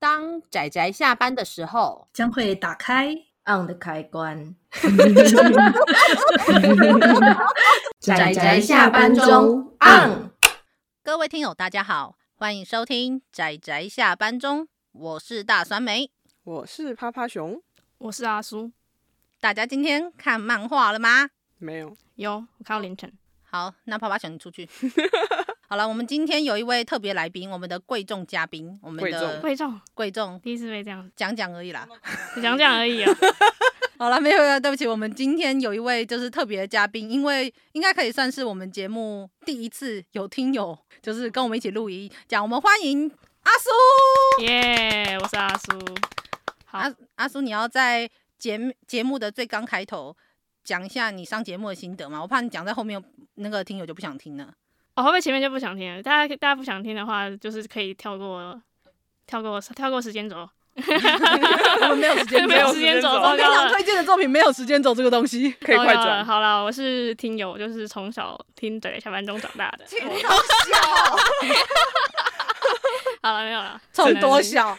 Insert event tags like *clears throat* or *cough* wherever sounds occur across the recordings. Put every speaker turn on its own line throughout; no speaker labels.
当仔仔下班的时候，
将会打开。
on 的开关。
宅宅
下班中
on。
嗯各位听友大家好，欢迎收听《仔仔下班中》，我是大酸梅。
我是趴趴熊，
我是阿苏，
大家今天看漫画了吗？
没有，
有我看到凌晨，
好，那泡泡熊你出去。好了，我们今天有一位特别来宾，我们的贵重嘉宾，我们的
会中，
贵重
第一次被这样，
讲讲而已啦。
只讲讲而已
*laughs*
啊。
好了，没有了，对不起，我们今天有一位就是特别的嘉宾，因为应该可以算是我们节目第一次有听友就是跟我们一起录音，讲我们欢迎阿苏。
耶，我是阿苏。好，
阿阿苏，你要在节目节目的最刚开头讲一下你上节目的心得嘛？我怕你讲在后面那个听友就不想听了。
哦，会不会前面就不想听了？大家大家不想听的话，就是可以跳过，跳过跳过时间轴，
我们没有时间
*laughs* 没有
轴
时，间轴，
我
我
糟
非常
糕了。
推荐的作品没有时间轴这个东西。
可以
糟
快
糕了
转。
哦好了，我是听友，就是从小听《仔仔下班中》长大
*laughs*
的。 *laughs* 好了，没有了。
从多小？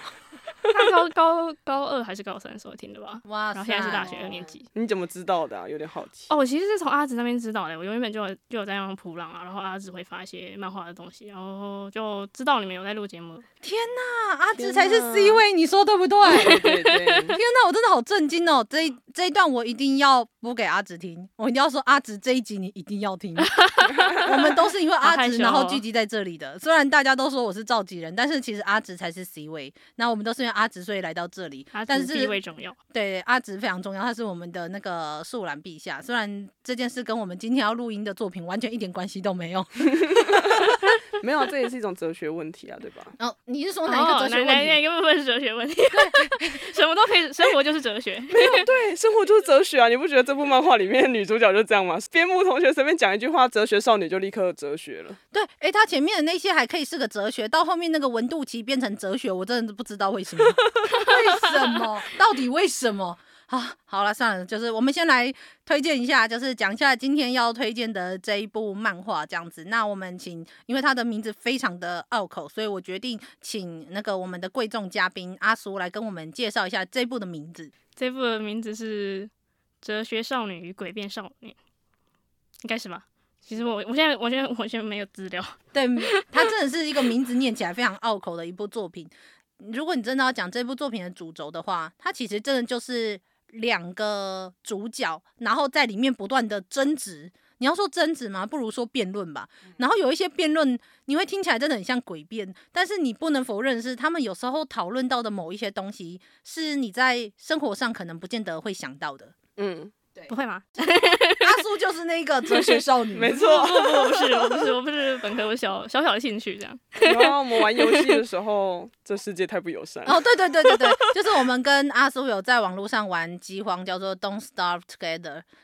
他高高高二还是高三时候听的吧？
哇
然后现在是大学二年级。
*laughs* 你怎么知道的、啊？有点好奇。
哦，我其实是从阿紫那边知道的。我原本就有就有在用普朗啊，然后阿紫会发一些漫画的东西，然后就知道你们有在录节目。
天哪，阿
天
紫才是
哪
C 位，你说对 *laughs* 不对？
对对对，
天哪，我真的好震惊哦！这一这一段我一定要播给阿紫听，我一定要说阿紫这一集你一定要 *laughs* 听。我们都是因为
好
阿
害
紫
羞
然后
哦
聚集在这里的，虽然大家都说我是召集人，但是其实阿紫才是 C 位。那我们都是因为阿紫所以来到这里
阿，
但
紫地位
是
重要，
对阿紫非常重要，她是我们的那个树懒陛下。虽然这件事跟我们今天要录音的作品完全一点关系都没有。
没有啊，这也是一种哲学问题啊，对吧？
哦，你是说哪一个哲学
哦
问
哪哪
题？
哪个部分是哲学问
*laughs*
题？什么都可以，生活就是哲学。
没有，对，生活就是哲学啊！你不觉得这部漫画里面的女主角就这样吗？边牧同学随便讲一句话，哲学少女就立刻哲学了。
对，诶，他前面的那些还可以是个哲学，到后面那个文度奇变成哲学，我真的不知道为什么，为什么，到底为什么？啊，好了，算了，就是我们先来推荐一下，就是讲一下今天要推荐的这一部漫画这样子。那我们请，因为它的名字非常的拗口，所以我决定请那个我们的贵重嘉宾阿苏来跟我们介绍一下这部的名字。
这部的名字是《哲学少女与诡辩少女》，应该是吧？其实我我现在我现在我现在没有资料。
对，它真的是一个名字念起来非常拗口的一部作品。如果你真的要讲这部作品的主轴的话，它其实真的就是两个主角，然后在里面不断的争执。你要说争执吗？不如说辩论吧。
嗯
然后有一些辩论，你会听起来真的很像诡辩，但是你不能否认的是他们有时候讨论到的某一些东西，是你在生活上可能不见得会想到的。
嗯，
不会
*laughs*
吗？
阿苏就是那个哲学少女，
*laughs* 没
不
错。
不不，我不是我不是我不是本科，我小小小的兴趣这样。
然后我们玩游戏的时候，这世界太不友善了。
哦，对对对对对，就是我们跟阿苏有在网络上玩饥荒，叫做《Don't Starve Together》。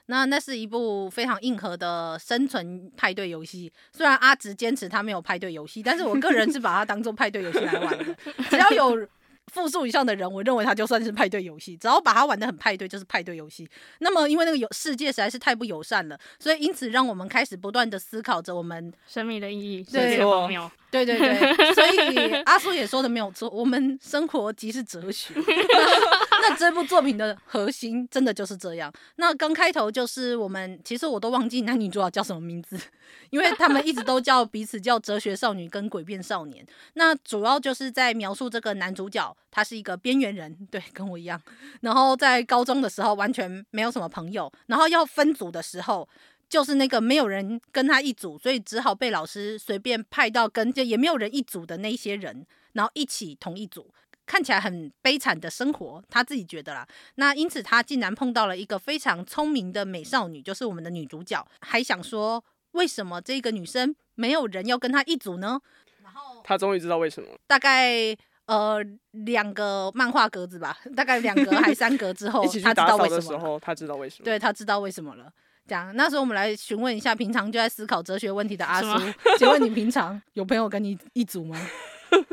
那那是一部非常硬核的生存派对游戏。虽然阿直坚持他没有派对游戏，但是我个人是把它当做派对游戏来玩的。只要有复数以上的人，我认为它就算是派对游戏。只要把它玩的很派对，就是派对游戏。那么因为那个游世界实在是太不友善了，所以因此让我们开始不断的思考着我们
生命的意义，世
对
界的
错
荒谬。
对对对，所以阿苏也说的没有错，我们生活即是哲学。那这部作品的核心真的就是这样。那刚开头就是我们，其实我都忘记男女主角叫什么名字， *laughs* 因为他们一直都叫彼此叫哲学少女跟诡辩少年。那主要就是在描述这个男主角，他是一个边缘人，对，跟我一样。然后在高中的时候完全没有什么朋友，然后要分组的时候，就是那个没有人跟他一组，所以只好被老师随便派到跟就也没有人一组的那一些人，然后一起同一组，看起来很悲惨的生活，他自己觉得啦。那因此他竟然碰到了一个非常聪明的美少女，就是我们的女主角，还想说为什么这个女生没有人要跟她一组呢？
他终于知道为什么了。
大概。呃，两个漫画格子吧，大概两格还三格之后，
*laughs* 一起
他哦知
去打
道
扫
为
的
什
时
么了。
候，他知道为什么。，
对他知道为什么了。这样，那时候我们来询问一下，平常就在思考哲学问题的阿
什
苏，请问你平常有朋友跟你一组吗？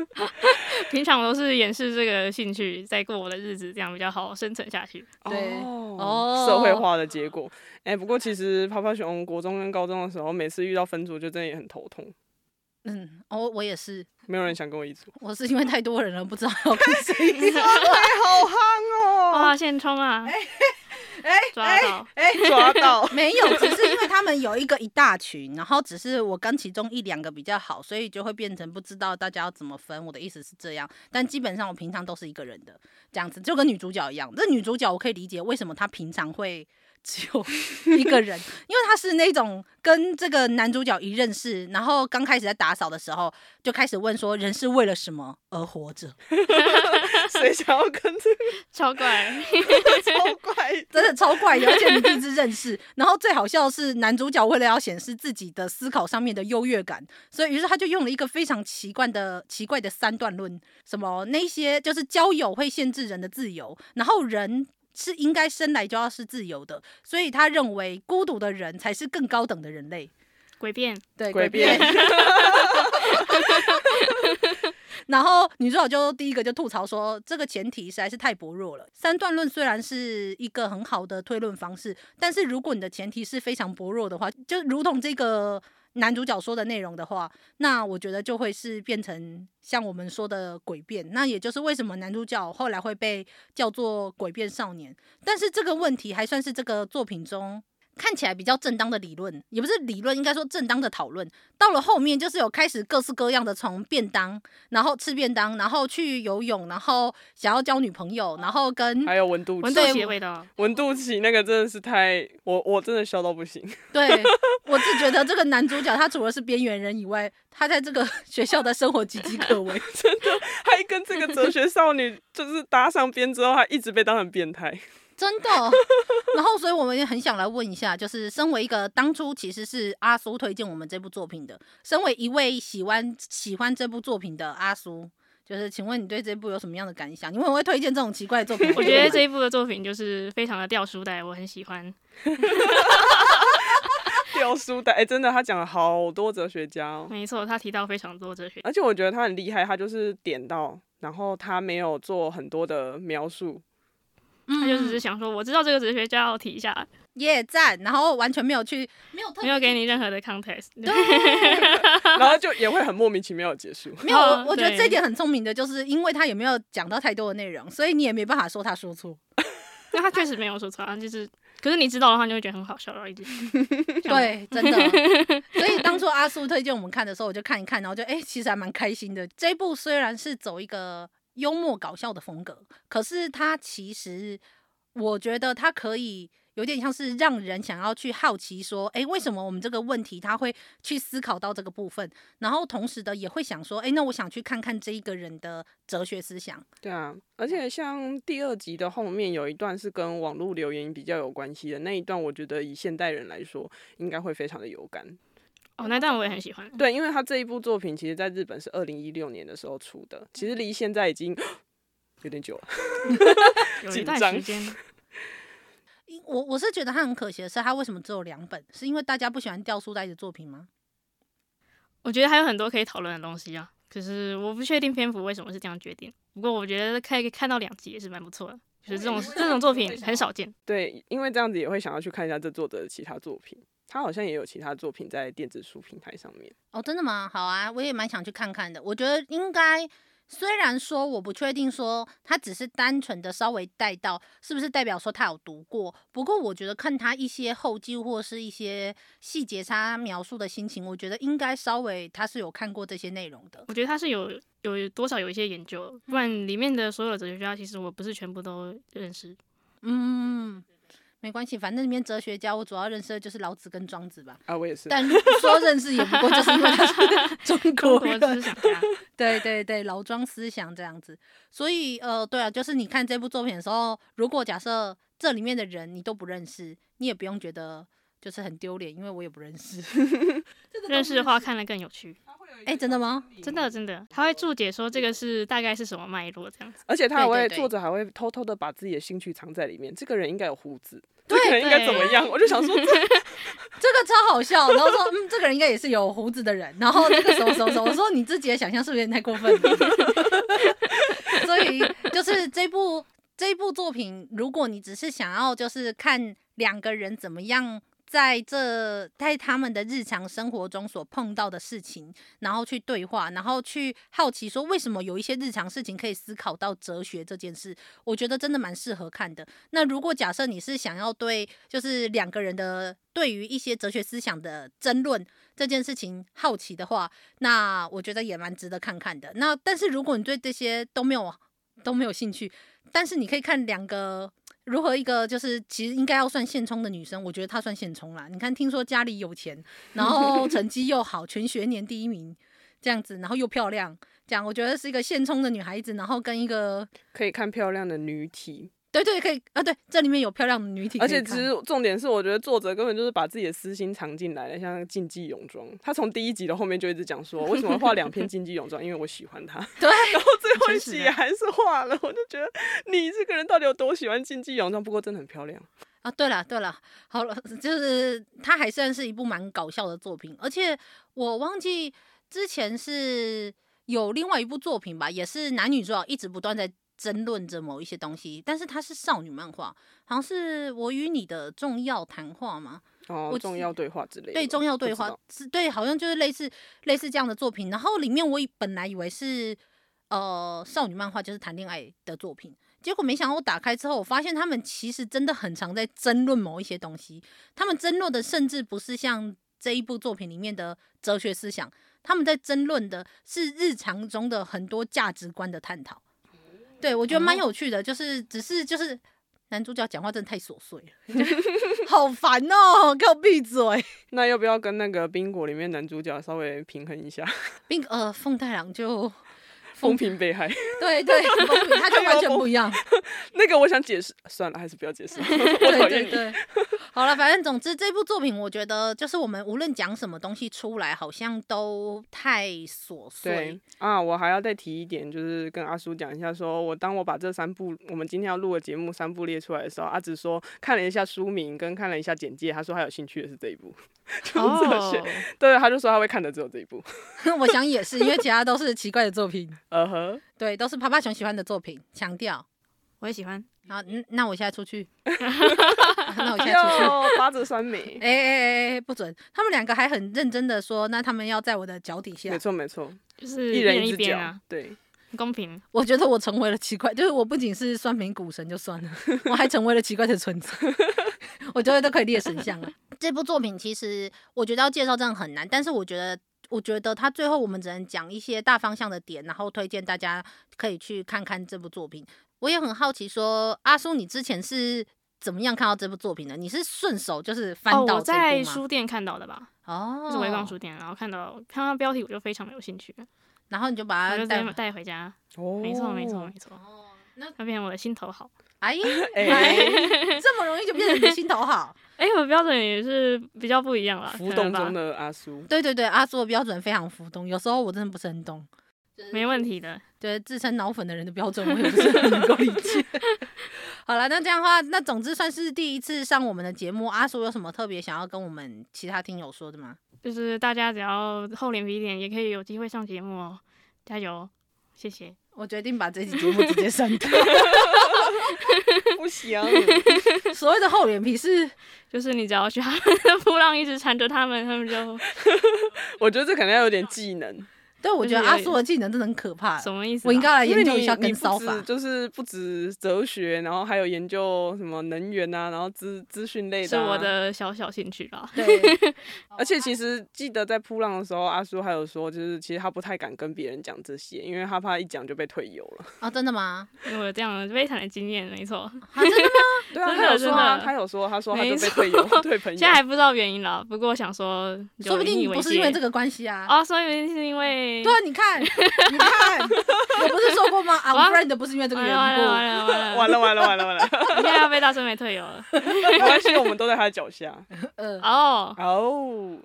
*laughs*
平常我都是掩饰这个兴趣，在过我的日子，这样比较好生存下去。
对
哦
哦
社会化的结果。哎、不过其实泡泡熊国中跟高中的时候，每次遇到分组就真的也很头痛。
嗯，哦，我也是，
没有人想跟我一组。
我是因为太多人了，不知道要跟谁一 *laughs* 起。！
好夯哦！
哇，现充啊！
哎
抓到
哎， *laughs* 抓到
没有，只是因为他们有一个一大群，然后只是我跟其中一两个比较好，所以就会变成不知道大家要怎么分。我的意思是这样，但基本上我平常都是一个人的这样子，就跟女主角一样。这女主角我可以理解为什么她平常会 *laughs* 只有一个人，因为她是那种跟这个男主角一认识，然后刚开始在打扫的时候就开始问说人是为了什么而活着，
*laughs* 谁想要跟这个
超怪，
哎超怪？ *laughs*
真的超怪的，而且你第一次认识。然后最好笑的是，男主角为了要显示自己的思考上面的优越感，所以于是他就用了一个非常奇怪的、奇怪的三段论，什么那些就是交友会限制人的自由，然后人。是应该生来就要是自由的，所以他认为孤独的人才是更高等的人类。
*laughs*
诡辩，
对，
诡
诡辩。 *laughs* 然后女主角就第一个就吐槽说，这个前提实在是太薄弱了。三段论虽然是一个很好的推论方式，但是如果你的前提是非常薄弱的话，就如同这个男主角说的内容的话，那我觉得就会是变成像我们说的诡辩。那也就是为什么男主角后来会被叫做诡辩少年。但是这个问题还算是这个作品中看起来比较正当的理论，也不是理论，应该说正当的讨论。到了后面，就是有开始各式各样的，从便当，然后吃便当，然后去游泳，然后想要交女朋友，然后跟
还有文肚
闻
脐，
肚
对
脐的味道，
文肚脐那个真的是太，我我真的笑到不行。 *laughs*
对我只觉得这个男主角他除了是边缘人以外，他在这个 *laughs* 学校的生活岌岌可危。
还跟这个哲学少女就是搭上边之后，还一直被当成变态。 *laughs*
真
*laughs*
的。然后，所以我们也很想来问一下，就是身为一个当初其实是阿苏推荐我们这部作品的，身为一位喜欢喜欢这部作品的阿苏，就是请问你对这部有什么样的感想？你为什么会推荐这种奇怪的作品？
*laughs* 我觉得这一部的作品就是非常的掉书袋，我很喜欢。
掉书袋，哎、真的，他讲了好多哲学家哦，
没错，他提到非常多哲学，
而且我觉得他很厉害，他就是点到，然后他没有做很多的描述，
他
嗯
就只是想说，我知道这个哲学家，我提一下，
耶赞，然后完全没有去没有特
没有给你任何的 context。 *laughs*
*laughs* 然后就也会很莫名其妙的结束。
没有，我
嗯
我觉得
对
这一点很聪明的，就是因为他也没有讲到太多的内容，所以你也没办法说他说错。
那他确实没有说错啊，就是，可是你知道的话，你就会觉得很好笑，然后一直
对，真的。所以当初阿苏推荐我们看的时候，我就看一看，然后就哎、诶其实还蛮开心的。这一部虽然是走一个幽默搞笑的风格，可是它其实我觉得它可以。有点像是让人想要去好奇，说，哎、为什么我们这个问题他会去思考到这个部分，然后同时的也会想说，哎、那我想去看看这一个人的哲学思想。
*laughs* 对啊，而且像第二集的后面有一段是跟网络留言比较有关系的那一段，我觉得以现代人来说，应该会非常的有感。
嗯
哦，那段我也很喜欢。
对，因为他这一部作品其实在日本是二零一六年的时候出的，其实离现在
*laughs*
已经有点久了。
有一
紧
段
张
时间，
因我我是觉得它很可惜的是，它为什么只有两本？是因为大家不喜欢掉书袋的作品吗？
我觉得还有很多可以讨论的东西啊。可是我不确定篇幅为什么是这样决定。不过我觉得看看到两集也是蛮不错的，就是这种这种作品很少见。
对，因为这样子也会想要去看一下这作者的其他作品。他好像也有其他作品在电子书平台上面。
哦，真的吗？好啊，我也蛮想去看看的。我觉得应该，虽然说我不确定说他只是单纯的稍微带到，是不是代表说他有读过？不过我觉得看他一些后记或是一些细节，他描述的心情，我觉得应该稍微他是有看过这些内容的。
我觉得他是有有多少有一些研究，不然里面的所有的哲学家其实我不是全部都认识。
嗯，没关系，反正里面哲学家我主要认识的就是老子跟庄子吧。
啊，我也是。
但说认识也不过就是因为他 *laughs* 是中
中
国
国
人，
思想家，
对对对，老庄思想这样子。所以呃，对啊，就是你看这部作品的时候，如果假设这里面的人你都不认识，你也不用觉得就是很丢脸，因为我也不认识。
认识的话看了更有趣。
哎、真的吗？
真的真的，他会注解说这个是大概是什么脉络这
*laughs*
样子。
而且他还
对
会
对对
作者还会偷偷的把自己的兴趣藏在里面。这个人应该有胡子，
对
这个人应该怎么样？我就想
*laughs*
说，
这个超好笑。然后说， *laughs* 嗯，这个人应该也是有胡子的人。然后那个什么什么什么，我说你自己的想象是不是有点太过分了？ *laughs* 所以就是这部这部作品，如果你只是想要就是看两个人怎么样在这在他们的日常生活中所碰到的事情，然后去对话，然后去好奇说为什么有一些日常事情可以思考到哲学这件事，我觉得真的蛮适合看的。那如果假设你是想要对就是两个人的对于一些哲学思想的争论这件事情好奇的话，那我觉得也蛮值得看看的。那但是如果你对这些都没有都没有兴趣，但是你可以看两个如何一个就是其实应该要算现充的女生，我觉得她算现充啦。你看，听说家里有钱，然后成绩又好，全学年第一名这样子，然后又漂亮，这样我觉得是一个现充的女孩子，然后跟一个
可以看漂亮的女体，
对对可以啊，对，这里面有漂亮的女体可
而
以看，
且其实重点是，我觉得作者根本就是把自己的私心藏进来了，像那个竞技泳装。他从第一集的后面就一直讲说，为什么画两篇竞技泳装，因为我喜欢他。 *laughs*
对 *laughs*
然后最后一
真实
集
的
还是画了，我就觉得你这个人到底有多喜欢竞技泳装？不过真的很漂亮，
啊，对了对了，好了，就是它还算是一部蛮搞笑的作品，而且我忘记之前是有另外一部作品吧，也是男女主角一直不断在争论着某一些东西，但是它是少女漫画，好像是我与你的重要谈话嘛，
哦
我，
重要对话之类的。
对，重要对话
不知道
是对，好像就是类似类似这样的作品。然后里面我以本来以为是呃少女漫画，就是谈恋爱的作品，结果没想到我打开之后，我发现他们其实真的很常在争论某一些东西。他们争论的甚至不是像这一部作品里面的哲学思想，他们在争论的是日常中的很多价值观的探讨。对，我觉得
哦
蛮有趣的，就是只是就是男主角讲话真的太琐碎了， *laughs* 好烦哦、给我闭嘴。
那要不要跟那个冰果里面男主角稍微平衡一下， *laughs*
并呃，凤太郎就
风评被害？ *laughs*
对对，风评他就完全不一样。
那个我想解释，算了，还是不要解释了， *laughs* 我
对
讨
对
厌你。
对，好了，反正总之这部作品，我觉得就是我们无论讲什么东西出来，好像都太琐碎
对。啊，我还要再提一点，就是跟阿叔讲一下说我当我把这三部我们今天要录的节目三部列出来的时候，阿紫说看了一下书名跟看了一下简介，他说他有兴趣的是这一部， *laughs* 就是这些。
哦
对，他就说他会看的只有这一部。
*laughs* 我想也是，因为其他都是奇怪的作品，
呃呵，
对，都是啪啪熊喜欢的作品，强调。
我也喜欢。
好，嗯那我现在出去，那我现在出去。
哟，八折酸梅。
哎哎哎哎，不准！他们两个还很认真的说，那他们要在我的脚底下
没。错没错， *laughs*
就是
一人
人
一只
边
脚
啊，，
对，
很公平。
我觉得我成为了奇怪，就是我不仅是酸民股神就算了， *laughs* 我还成为了奇怪的存在。 *laughs* 我觉得都可以列神像了。 *laughs* 这部作品其实我觉得要介绍真的很难，但是我觉得。我觉得它最后我们只能讲一些大方向的点，然后推荐大家可以去看看这部作品。我也很好奇说阿叔，你之前是怎么样看到这部作品的？你是顺手就是翻
哦，
到
我
这
在
部吗？
书店看到的吧，
哦，
就是微光书店，然后看到看到标题我就非常有兴趣，
然后你就
我
把
就
它
直
带哦
接啊带回家。
哦
没错没错没错，
那
它变成我的心头好。 *laughs*
哎
哎，
这么容易就变成你的心头好。
哎，我的标准也是比较不一样啦，
浮
可能
动
吧
中的阿叔，
对对对，阿叔的标准非常浮动，有时候我真的不是很懂。
没问题的。
对，自称脑粉的人的标准，我也不是很能够理解。 *laughs* 好了，那这样的话，那总之算是第一次上我们的节目。阿叔有什么特别想要跟我们其他听友说的吗？
就是大家只要厚脸皮一点，也可以有机会上节目哦，加油，谢谢。
我决定把这期节目直接删掉。
*laughs* 不 *laughs* 行，
*laughs* 所谓的厚脸皮是，
就是你只要去他们
*laughs*
的波浪，一直缠着他们，他
*laughs*
们就
我觉得这可能要有点技
*laughs*
能，
对我觉
就是
得
有。
阿叔的技能真的很可怕
什么意思啊？
我应该来
因为
研究
你
一下
你
跟
不
骚
止
法。
就是不止哲学，然后还有研究什么能源啊，然后资资讯类
是
的、啊
我。的小小兴趣啦。
*laughs* 对，
而且其实记得在扑浪的时候，阿叔还有说，就是其实他不太敢跟别人讲这些，因为他怕一讲就被退游了。
哦，真的吗？
因为我有这样的悲惨的经验，没错，
啊，真的吗？
*laughs* 对啊，
真的
他有说啊，
真的
他有说，他说他就
没
被
错
退游退 *laughs* 朋友。
现在还不知道原因啦。不过我想说，就
说不定
引以
你
为
不是
戒
因为这个关系啊。
哦，说不定是因为
对啊，你 *laughs* 看，你看， *laughs* 我哎不是说过吗
啊
？unfriend 不是因为这个
完
缘
了完了
故。
完了完
*laughs*
了，
完了完了完了完了，
我现在要被大孙美退游了。
没关系，我们都在他的脚下。 *laughs*
呃，
*laughs* 哦，
哦，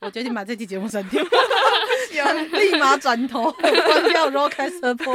我决定把这期节目删掉， *laughs* 立马转头关掉 r o c a s t 播，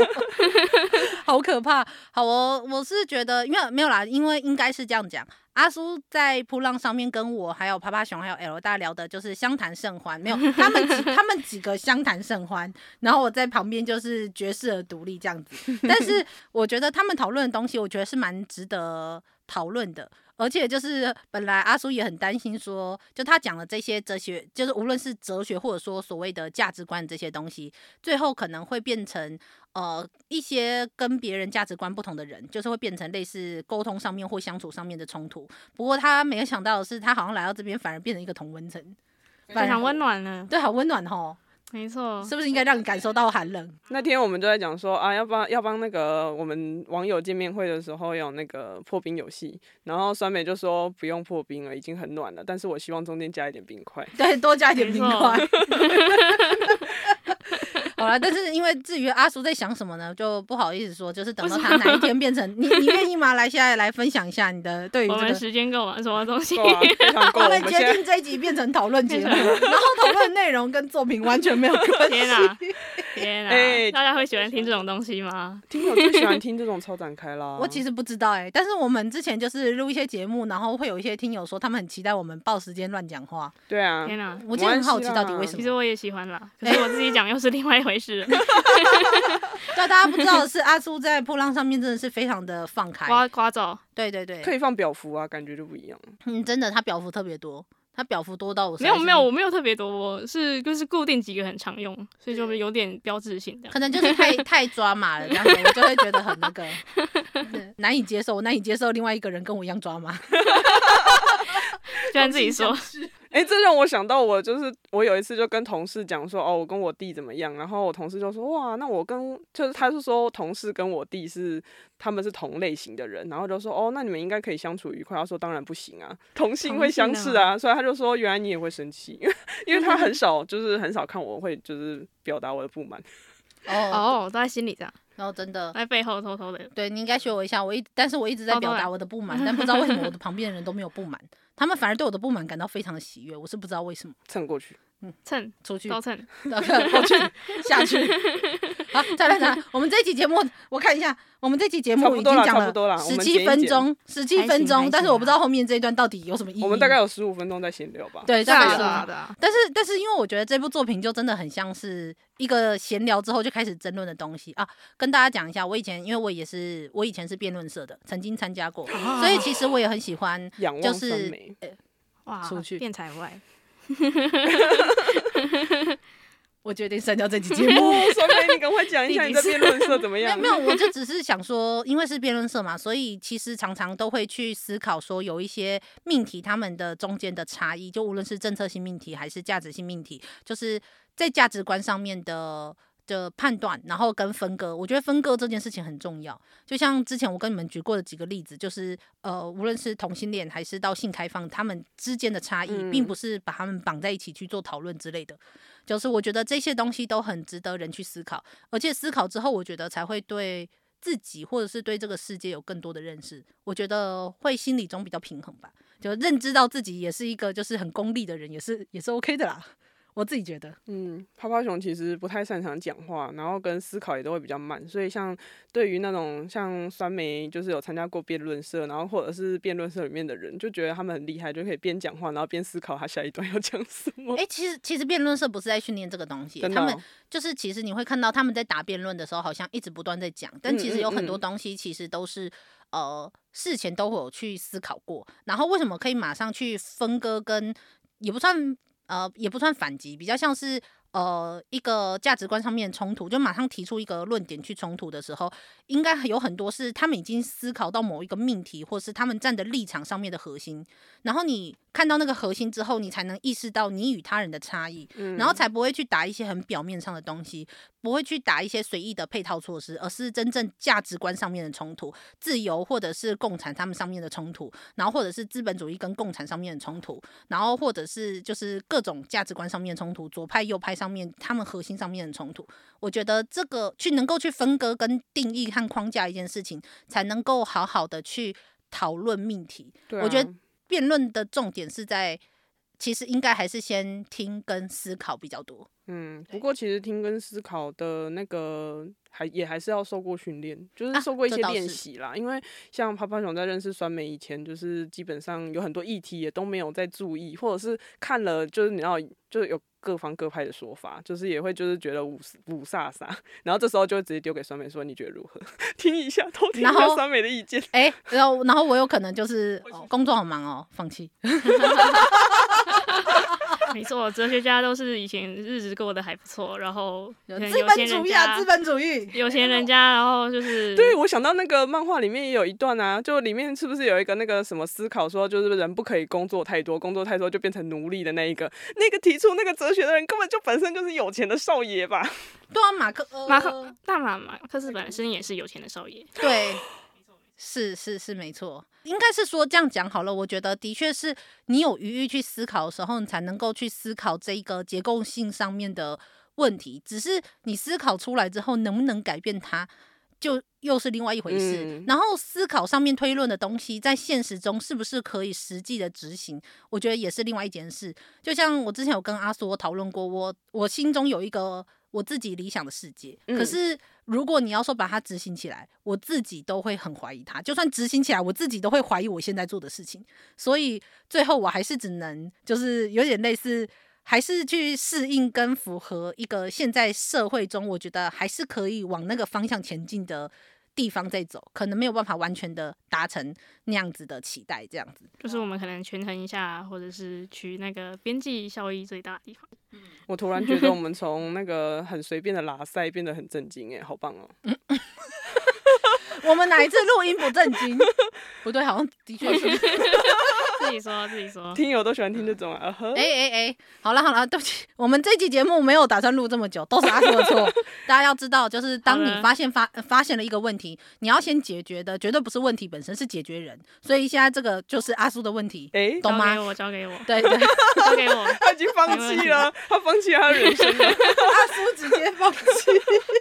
*laughs* 好可怕。好、哦，我是觉得，因为没有啦，因为应该是这样讲。阿苏在扑浪上面跟我还有趴趴熊还有 L 大聊的就是相谈甚欢，没有他们几他们几个相谈甚欢，然后我在旁边就是爵士而独立这样子。但是我觉得他们讨论的东西，我觉得是蛮值得讨论的，而且就是本来阿叔也很担心说，就他讲的这些哲学，就是无论是哲学或者说所谓的价值观这些东西，最后可能会变成呃一些跟别人价值观不同的人，就是会变成类似沟通上面或相处上面的冲突。不过他没有想到的是，他好像来到这边反而变成一个同温层，
非
反
常
而
温暖呢。
对，好温暖哦，
没错，
是不是应该让你感受到寒冷？
那天我们就在讲说啊，要帮要帮那个我们网友见面会的时候有那个破冰游戏，然后酸梅就说不用破冰了，已经很暖了，但是我希望中间加一点冰块。 *laughs*
对，多加一点
没
冰
错
块。
*laughs*
*laughs* 好了，但是因为至于阿叔在想什么呢，就不好意思说，就是等到他哪一天变成你，你愿意吗？来，现在来分享一下你的对于
我
这
们
个。
时间够吗？什么东西
够？啊，非常够。
我
我
们
们
决
现
定这一集变成讨论节目，然后讨论内容跟作品完全没有关系。
*laughs* 天哪，天哪！
哎
大家会喜欢听这种东西吗？
听友最喜欢听这种超展开 *laughs* 啦。
我其
实
实不知道哎、但是我们之前就是录一些节目，然后会有一些听友说他们很期待我们报时间乱讲话，
对
嗯
啊，
天哪！
我就很好奇到底为什
其
么
实。我也喜欢啦，
哎
可是我自己讲又是另外一回事了。
*laughs* 但大家不知道的是，阿叔在波浪上面真的是非常的放开，
刮刮走，
对对对，
可以放表符啊，感觉就不一样。
嗯，真的，他表幅特别多，他表幅多到我
没有
实在是
没有，我没有特别多，我是就是固定几个很常用，所以就是有点标志性的。
可能就是
*laughs*
太太抓马了，这样子我就会觉得很那个对 *laughs* 难以接受，我难以接受另外一个人跟我一样抓马。
虽然自己说，
哎、这让我想到我就是我有一次就跟同事讲说，哦，我跟我弟怎么样，然后我同事就说，哇，那我跟就是他是说哦同事跟我弟是他们是同类型的人，然后就说，哦，那你们应该可以相处愉快。他说当然不行啊， *laughs* 同性会相
同
斥
性
啊，所以他就说，原来你也会生气，因为因为他很少就是很少看我会就是表达我的不满，
哦，
哦，都在心里这样，
然后真的，
在背后偷偷的。
对你应该学我一下，我一但是我一直在
哦
表
当
达
然
我的不满，但不知道为什么我的旁边的人都没有不满，他们反而对我的不满感到非常的喜悦，我是不知道为什么。
蹭过去。
蹭
出去，
都蹭，
到过去，下去。好，再来再来，我们这期节目我看一下，我们这期节
差
目
不
已
多
经
啦
讲
差不多啦我
十
们剪
七
一
分
剪
钟，十七
还
分
行
钟
还，
但是
行
我不知道后面这一段到底有什么意义。
啊我们大概有十五分钟在闲聊吧。
对，大
啊
概
是
是
啊的啊，
但是，但是，因为我觉得这部作品就真的很像是一个闲聊之后就开始争论的东西啊。跟大家讲一下，我以前因为我也是我以前是辩论社的，曾经参加过，
啊
所以其实我也很喜欢。
仰
就
望
是
酸梅，
哇，
出去
变财外，
我决定删掉这期节目。
哦，酸梅，你赶快讲一下
*laughs*
你在辩论社怎么
没有
样？
没有，我就只是想说，因为是辩论社嘛，所以其实常常都会去思考说，有一些命题他们的中间的差异，就无论是政策性命题还是价值性命题，就是在价值观上面的。的判断，然后跟分割，我觉得分割这件事情很重要。就像之前我跟你们举过的几个例子，就是呃，无论是同性恋还是到性开放，他们之间的差异，并
嗯
不是把他们绑在一起去做讨论之类的。就是我觉得这些东西都很值得人去思考，而且思考之后，我觉得才会对自己或者是对这个世界有更多的认识。我觉得会心理中比较平衡吧，就认知到自己也是一个就是很功利的人，也是也是 OK 的啦。我自己觉得，
嗯，泡泡熊其实不太擅长讲话，然后跟思考也都会比较慢，所以像对于那种像酸梅，就是有参加过辩论社，然后或者是辩论社里面的人，就觉得他们很厉害，就可以边讲话，然后边思考他下一段要讲什么。
诶，其实其实辩论社不是在训练这个东西，
真的
他们
哦，
就是其实你会看到他们在打辩论的时候，好像一直不断在讲，但
嗯
其实有
嗯
很多
嗯
东西其实都是、呃事前都会有去思考过，然后为什么可以马上去分割跟也不算呃也不算反击，比较像是。呃，一个价值观上面的冲突，就马上提出一个论点去冲突的时候，应该有很多是他们已经思考到某一个命题，或是他们站的立场上面的核心。然后你看到那个核心之后，你才能意识到你与他人的差异。
嗯
然后才不会去打一些很表面上的东西，不会去打一些随意的配套措施，而是真正价值观上面的冲突，自由或者是共产他们上面的冲突，然后或者是资本主义跟共产上面的冲突，然后或者是就是各种价值观上面的冲突，左派右派上面他们核心上面的冲突。我觉得这个去能够去分割跟定义和框架一件事情，才能够好好的去讨论命题。
对
我觉
啊
得辩论的重点是在，其实应该还是先听跟思考比较多。
嗯，不过其实听跟思考的那个还也还是要受过训练，就是
啊
受过一
这
些
倒
练
是
习啦。因为像泡泡熊在认识酸梅以前，就是基本上有很多议题也都没有在注意，或者是看了就是你要就是有各方各派的说法，就是也会就是觉得五五煞煞，然后这时候就会直接丢给酸梅说你觉得如何？ *laughs* 听一下，偷听一
然
下
后
酸梅的意见。
哎、然后然后我有可能
*laughs*
就是、哦、工作好忙哦，放弃。
没错，哲学家都是以前日子过得还不错，然后可能
资
有些
本主
人
义啊，
家
资本主义。
有钱人家，然后就是
对，我想到那个漫画里面也有一段啊，就里面是不是有一个那个什么思考说，就是人不可以工作太多，工作太多就变成奴隶的那一个，那个提出那个哲学的人根本就本身就是有钱的少爷吧？
对啊，马克、呃、
马克大马马克思本身也是有钱的少爷，
对， *laughs* 是是是没错，应该是说这样讲好了。我觉得的确是你有余裕去思考的时候，你才能够去思考这一个结构性上面的问题。只是你思考出来之后，能不能改变它，就又是另外一回事。
嗯
然后思考上面推论的东西，在现实中是不是可以实际的执行，我觉得也是另外一件事。就像我之前有跟阿索讨论过，我我心中有一个我自己理想的世界，
嗯
可是如果你要说把它执行起来，我自己都会很怀疑它。就算执行起来，我自己都会怀疑我现在做的事情，所以最后我还是只能就是有点类似。还是去适应跟符合一个现在社会中，我觉得还是可以往那个方向前进的地方在走，可能没有办法完全的达成那样子的期待，这样子。
就是我们可能权衡一下，啊或者是取那个边际效益最大的地方。
*laughs* 我突然觉得我们从那个很随便的拉塞变得很震惊，哎，好棒哦！
我们哪一次录音不正经？ *laughs* 不对，好像的确是。 *laughs*
自己说，自己说，
听友都喜欢听这种啊，啊呵
哎哎哎，好了好了，对不起，我们这期节目没有打算录这么久，都是阿叔的错。 *laughs* 大家要知道，就是当
好
你
的
发现发、呃发现了一个问题，你要先解决的绝对不是问题本身，是解决人。所以现在这个就是阿叔的问题，
哎，
懂
交
吗
给？我，交给我，
对对， *laughs* 阿
交给我，
他已经放
没问
弃
题
了，他放弃他的人生 *laughs* 了。
叔直接放弃。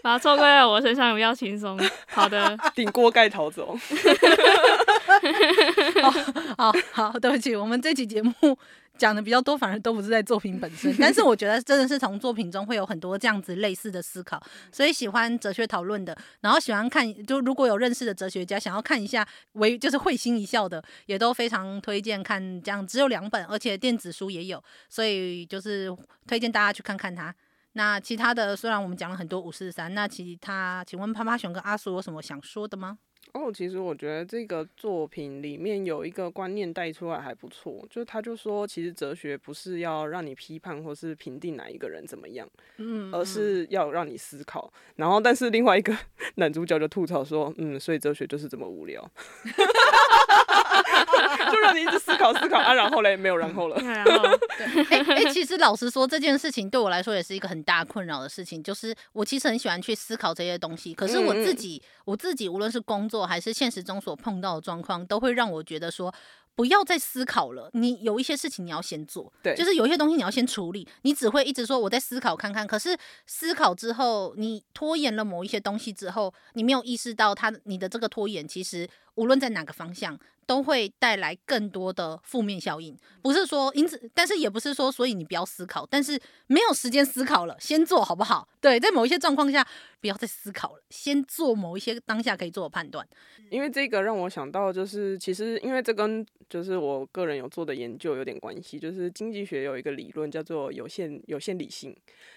把它错怪在我身上比较轻松。好
*laughs*
的，
顶锅盖逃走，
*laughs* 好好，对不起，我们这期节目 *laughs* 讲的比较多，反而都不是在作品本身，但是我觉得真的是从作品中会有很多这样子类似的思考，所以喜欢哲学讨论的，然后喜欢看，就如果有认识的哲学家想要看一下为就是会心一笑的，也都非常推荐看，这样只有两本，而且电子书也有，所以就是推荐大家去看看它。那其他的虽然我们讲了很多五四三，那其他请问趴趴熊跟阿苏有什么想说的吗？
哦，其实我觉得这个作品里面有一个观念带出来还不错，就他就说，其实哲学不是要让你批判或是评定哪一个人怎么样，
嗯
而是要让你思考。然后，但是另外一个 *laughs* 男主角就吐槽说，嗯，所以哲学就是这么无聊， *laughs* 就让你一直思考思考啊，然后嘞，没有然后了。
然后
*laughs* 哎、哎、其实老实说，这件事情对我来说也是一个很大困扰的事情。就是我其实很喜欢去思考这些东西，可是我
嗯嗯
自己，我自己无论是工作还是现实中所碰到的状况，都会让我觉得说，不要再思考了。你有一些事情你要先做，
对
就是有一些东西你要先处理，你只会一直说我在思考看看。可是思考之后，你拖延了某一些东西之后，你没有意识到它你的这个拖延，其实无论在哪个方向，都会带来更多的负面效应。不是说因此，但是也不是说所以你不要思考，但是没有时间思考了，先做好不好？对，在某一些状况下，不要再思考了，先做某一些当下可以做的判断。
因为这个让我想到，就是其实因为这跟就是我个人有做的研究有点关系，就是经济学有一个理论叫做有限有限理性。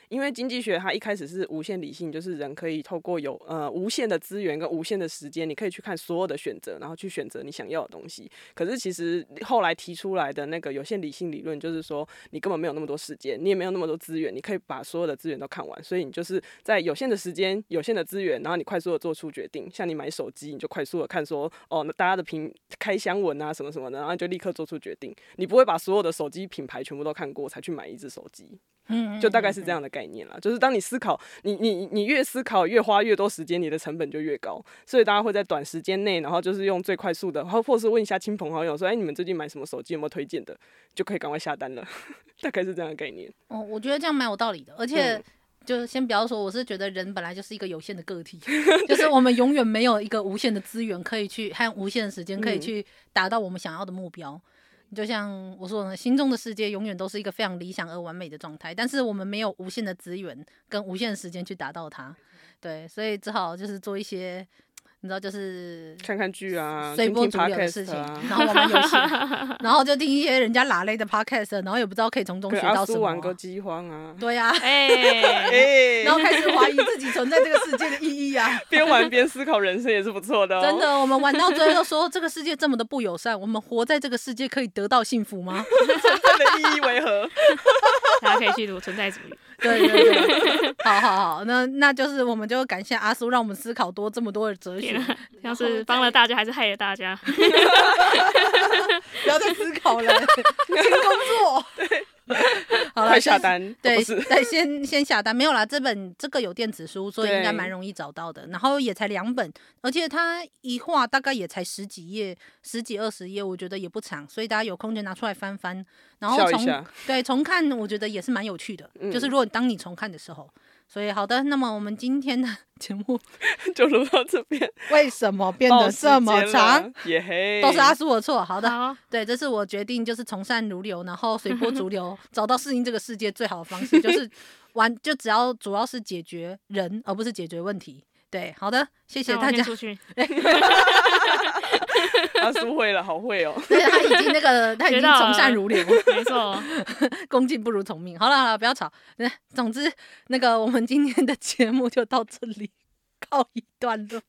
因为经济学它一开始是无限理性，就是人可以透过有呃无限的资源跟无限的时间，你可以去看所有的选择，然后去选择你想要的东西。可是其实后来提出来的那个有限理性理论，就是说你根本没有那么多时间，你也没有那么多资源，你可以把所有的资源都看完，所以你就是在有限的时间、有限的资源，然后你快速的做出决定。像你买手机，你就快速的看说，哦，那大家的评开箱文啊什么什么的，然后你就立刻做出决定。你不会把所有的手机品牌全部都看过才去买一只手机，
嗯，
就大概是这样的概念啦。就是当你思考，你你你越思考，越花越多时间，你的成本就越高。所以大家会在短时间内，然后就是用最快速的，然后或是问一下亲朋好友说，哎，你们最近买什么手机有没有推荐的，就可以赶快下单了。 *laughs* 大概是这样的概念。
哦，我觉得这样蛮有道理的，而且。
嗯
就是先不要说，我是觉得人本来就是一个有限的个
*laughs*
体，就是我们永远没有一个无限的资源可以去和无限的时间可以
嗯
去达到我们想要的目标。就像我说的，心中的世界永远都是一个非常理想而完美的状态，但是我们没有无限的资源跟无限的时间去达到
嗯
它，对，所以只好就是做一些，你知道，就是
看看剧啊，
随
听
波
听
逐流的事
podcast
情， *laughs*
啊。
然后玩玩游戏，
*laughs*
然后就听一些人家拉类的 podcast，然后也不知道可以从中
跟
学
阿
到什
苏
么啊、
玩个饥荒啊，
*laughs* 对呀、
哎、
哎
*laughs* 然后开始怀疑自己存在这个世界的意义
*laughs*
啊。
边玩边思考人生也是不错的哦。 *laughs*
真，的，我们玩到最后说这个世界这么的不友善，我们活在这个世界可以得到幸福吗？ *laughs*
它的意义为何？
大家可以去读存在主义。
对对对，好好好，那那就是我们就感谢阿苏，让我们思考多这么多的哲学
天，啊，像是帮了大家还是害了大家？
不要再思考了， *laughs* 新
*laughs*
工作。 *laughs* 好了，
快下
先
单，
对
哦不是
对，先 *laughs* 先下单没有啦，这本这个有电子书，所以应该
对
蛮容易找到的。然后也才两本，而且它一画大概也才十几页，十几二十页，我觉得也不长，所以大家有空就拿出来翻翻。然后
笑一
从
下 *laughs* 嗯
对重看，我觉得也是蛮有趣的，就是如果当你重看的时候。所以好的，那么我们今天的 *laughs* 节
*laughs*
目
就录到这边，
为什么变
到
得这么
时间了
长？，
耶嘿，
都是阿苏的错。好的，
好，
对，这是我决定，就是从善如流，然后随波
*laughs*
逐流，找到适应这个世界最好的方式，就是 *laughs* 玩，就只要主要是解决人，而不是解决问题。对，好的，谢谢
那我
大
先
家。
出去，
*laughs* 阿苏会了，好 *laughs* 会哦。
*laughs* 对，他已经那
*laughs*
个，他已经
学到
从善
了
如流，
没
*laughs*
错，
恭敬不如从命。好了好了，不要吵。 *laughs* 那总之，那个我们今天的节目就到这里告一段落。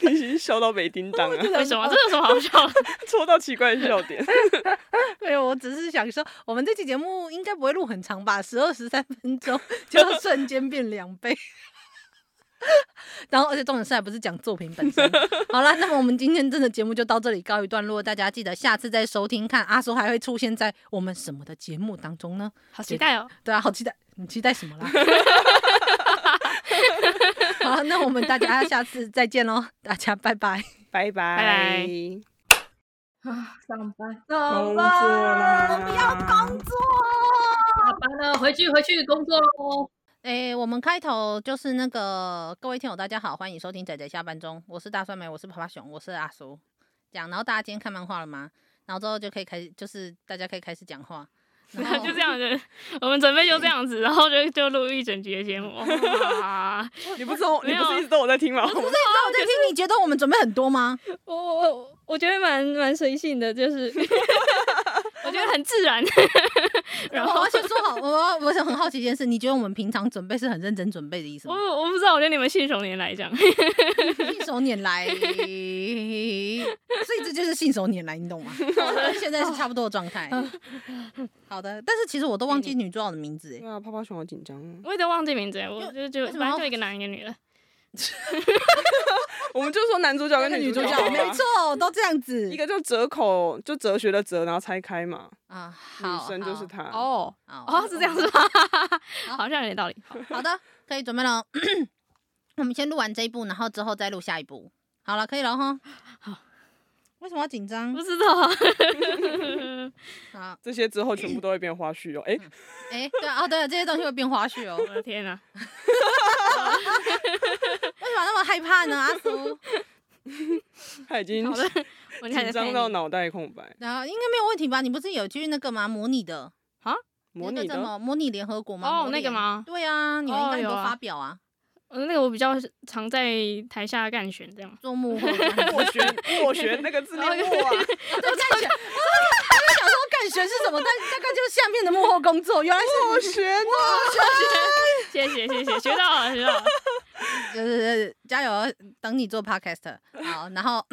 你已经笑到没叮当啊，
为什么？这有什么好笑的？
戳到奇怪的笑点。
没有，我只是想说，我们这期节目应该不会录很长吧，十二十三分钟就瞬间变两倍。 *laughs* 然后，而且重点是还不是讲作品本身。好了，那么我们今天真的节目就到这里告一段落，大家记得下次再收听，看阿叔还会出现在我们什么的节目当中呢？
好期待哦！
对啊，好期待，你期待什么啦？ *laughs* 好，那我们大家下次再见喽，大家拜拜。
拜
拜
拜，
啊，上班，
工作啦，不要工作。
下班了，回去回去工作喽。
诶、我们开头就是那个各位听友，大家好，欢迎收听《仔仔下班中》，我是大蒜梅，我是爬爬熊，我是阿叔。这样，然后大家今天看漫画了吗？然后之后就可以开始，就是大家可以开始讲话。然
*laughs*
后哦
就这样子，我们准备就这样子，然后就就录一整集的节目。哇
你不是我，
没
你
有
不是一直都有在听吗？
那我在听，你觉得我们准备很多
*laughs*
吗？
*laughs* 我我我觉得蛮蛮随性的，就是 *laughs* 我觉得很自 *laughs* 然。然
哦我
后
要先说好，我要我想很好奇一件事，你觉得我们平常准备是很认真准备的意思
我
吗？
我不知道，我觉得你们信手拈来这样。 *laughs*
信手拈来，所以这就是信手拈来，你懂 *laughs* 吗？现在是差不多的状态。 *laughs* 嗯好的，但是其实我都忘记女主角的名字诶。
对啊，泡泡熊好紧张哦。
我有点忘记名字了，我就就
为什么
反
要
正就一个男一个女的。
我们就说男主角
那
跟
个
女
女主
角
角，
嘛
没，错，都这样子。
一个就折口，就哲学的哲，然后拆开嘛，
啊，好，
女生就是她。
哦
好，好
哦，是这样子吗？ *laughs* 好像有点道理。好
好的，可以准备了。 *clears throat* 我们先录完这一步，然后之后再录下一步。好了，可以了哈。
好，
为什么要紧张
不？知道 *laughs* 啊。
啊，
这些之后全部都会变花絮哦。哎，
哎，对啊，哦，对啊，这些东西会变花絮 *laughs* 哦。为
我的天啊哪！
什么那么害怕呢，阿苏？
他已经
好
*laughs*
的，我开
紧
始
张到脑袋空白，
然啊后应该没有问题吧？你不是有去那个吗？模拟的，
模
那
拟
个叫什
的。
么模拟联合国吗？
哦
模
那个
联
吗
对啊，你们应该
哦
很多
有啊
发表啊，
呃，那个我比较常在台下干选这样。
做幕后这样子。
我学，我学那个字念我啊，
对，干选，我就想说干选是什么，但大概就是下面的幕后工作，原来
*laughs*
我
是
学呢。
谢谢谢谢，学到了学到了。
就是加油，等你做 podcast 好，然后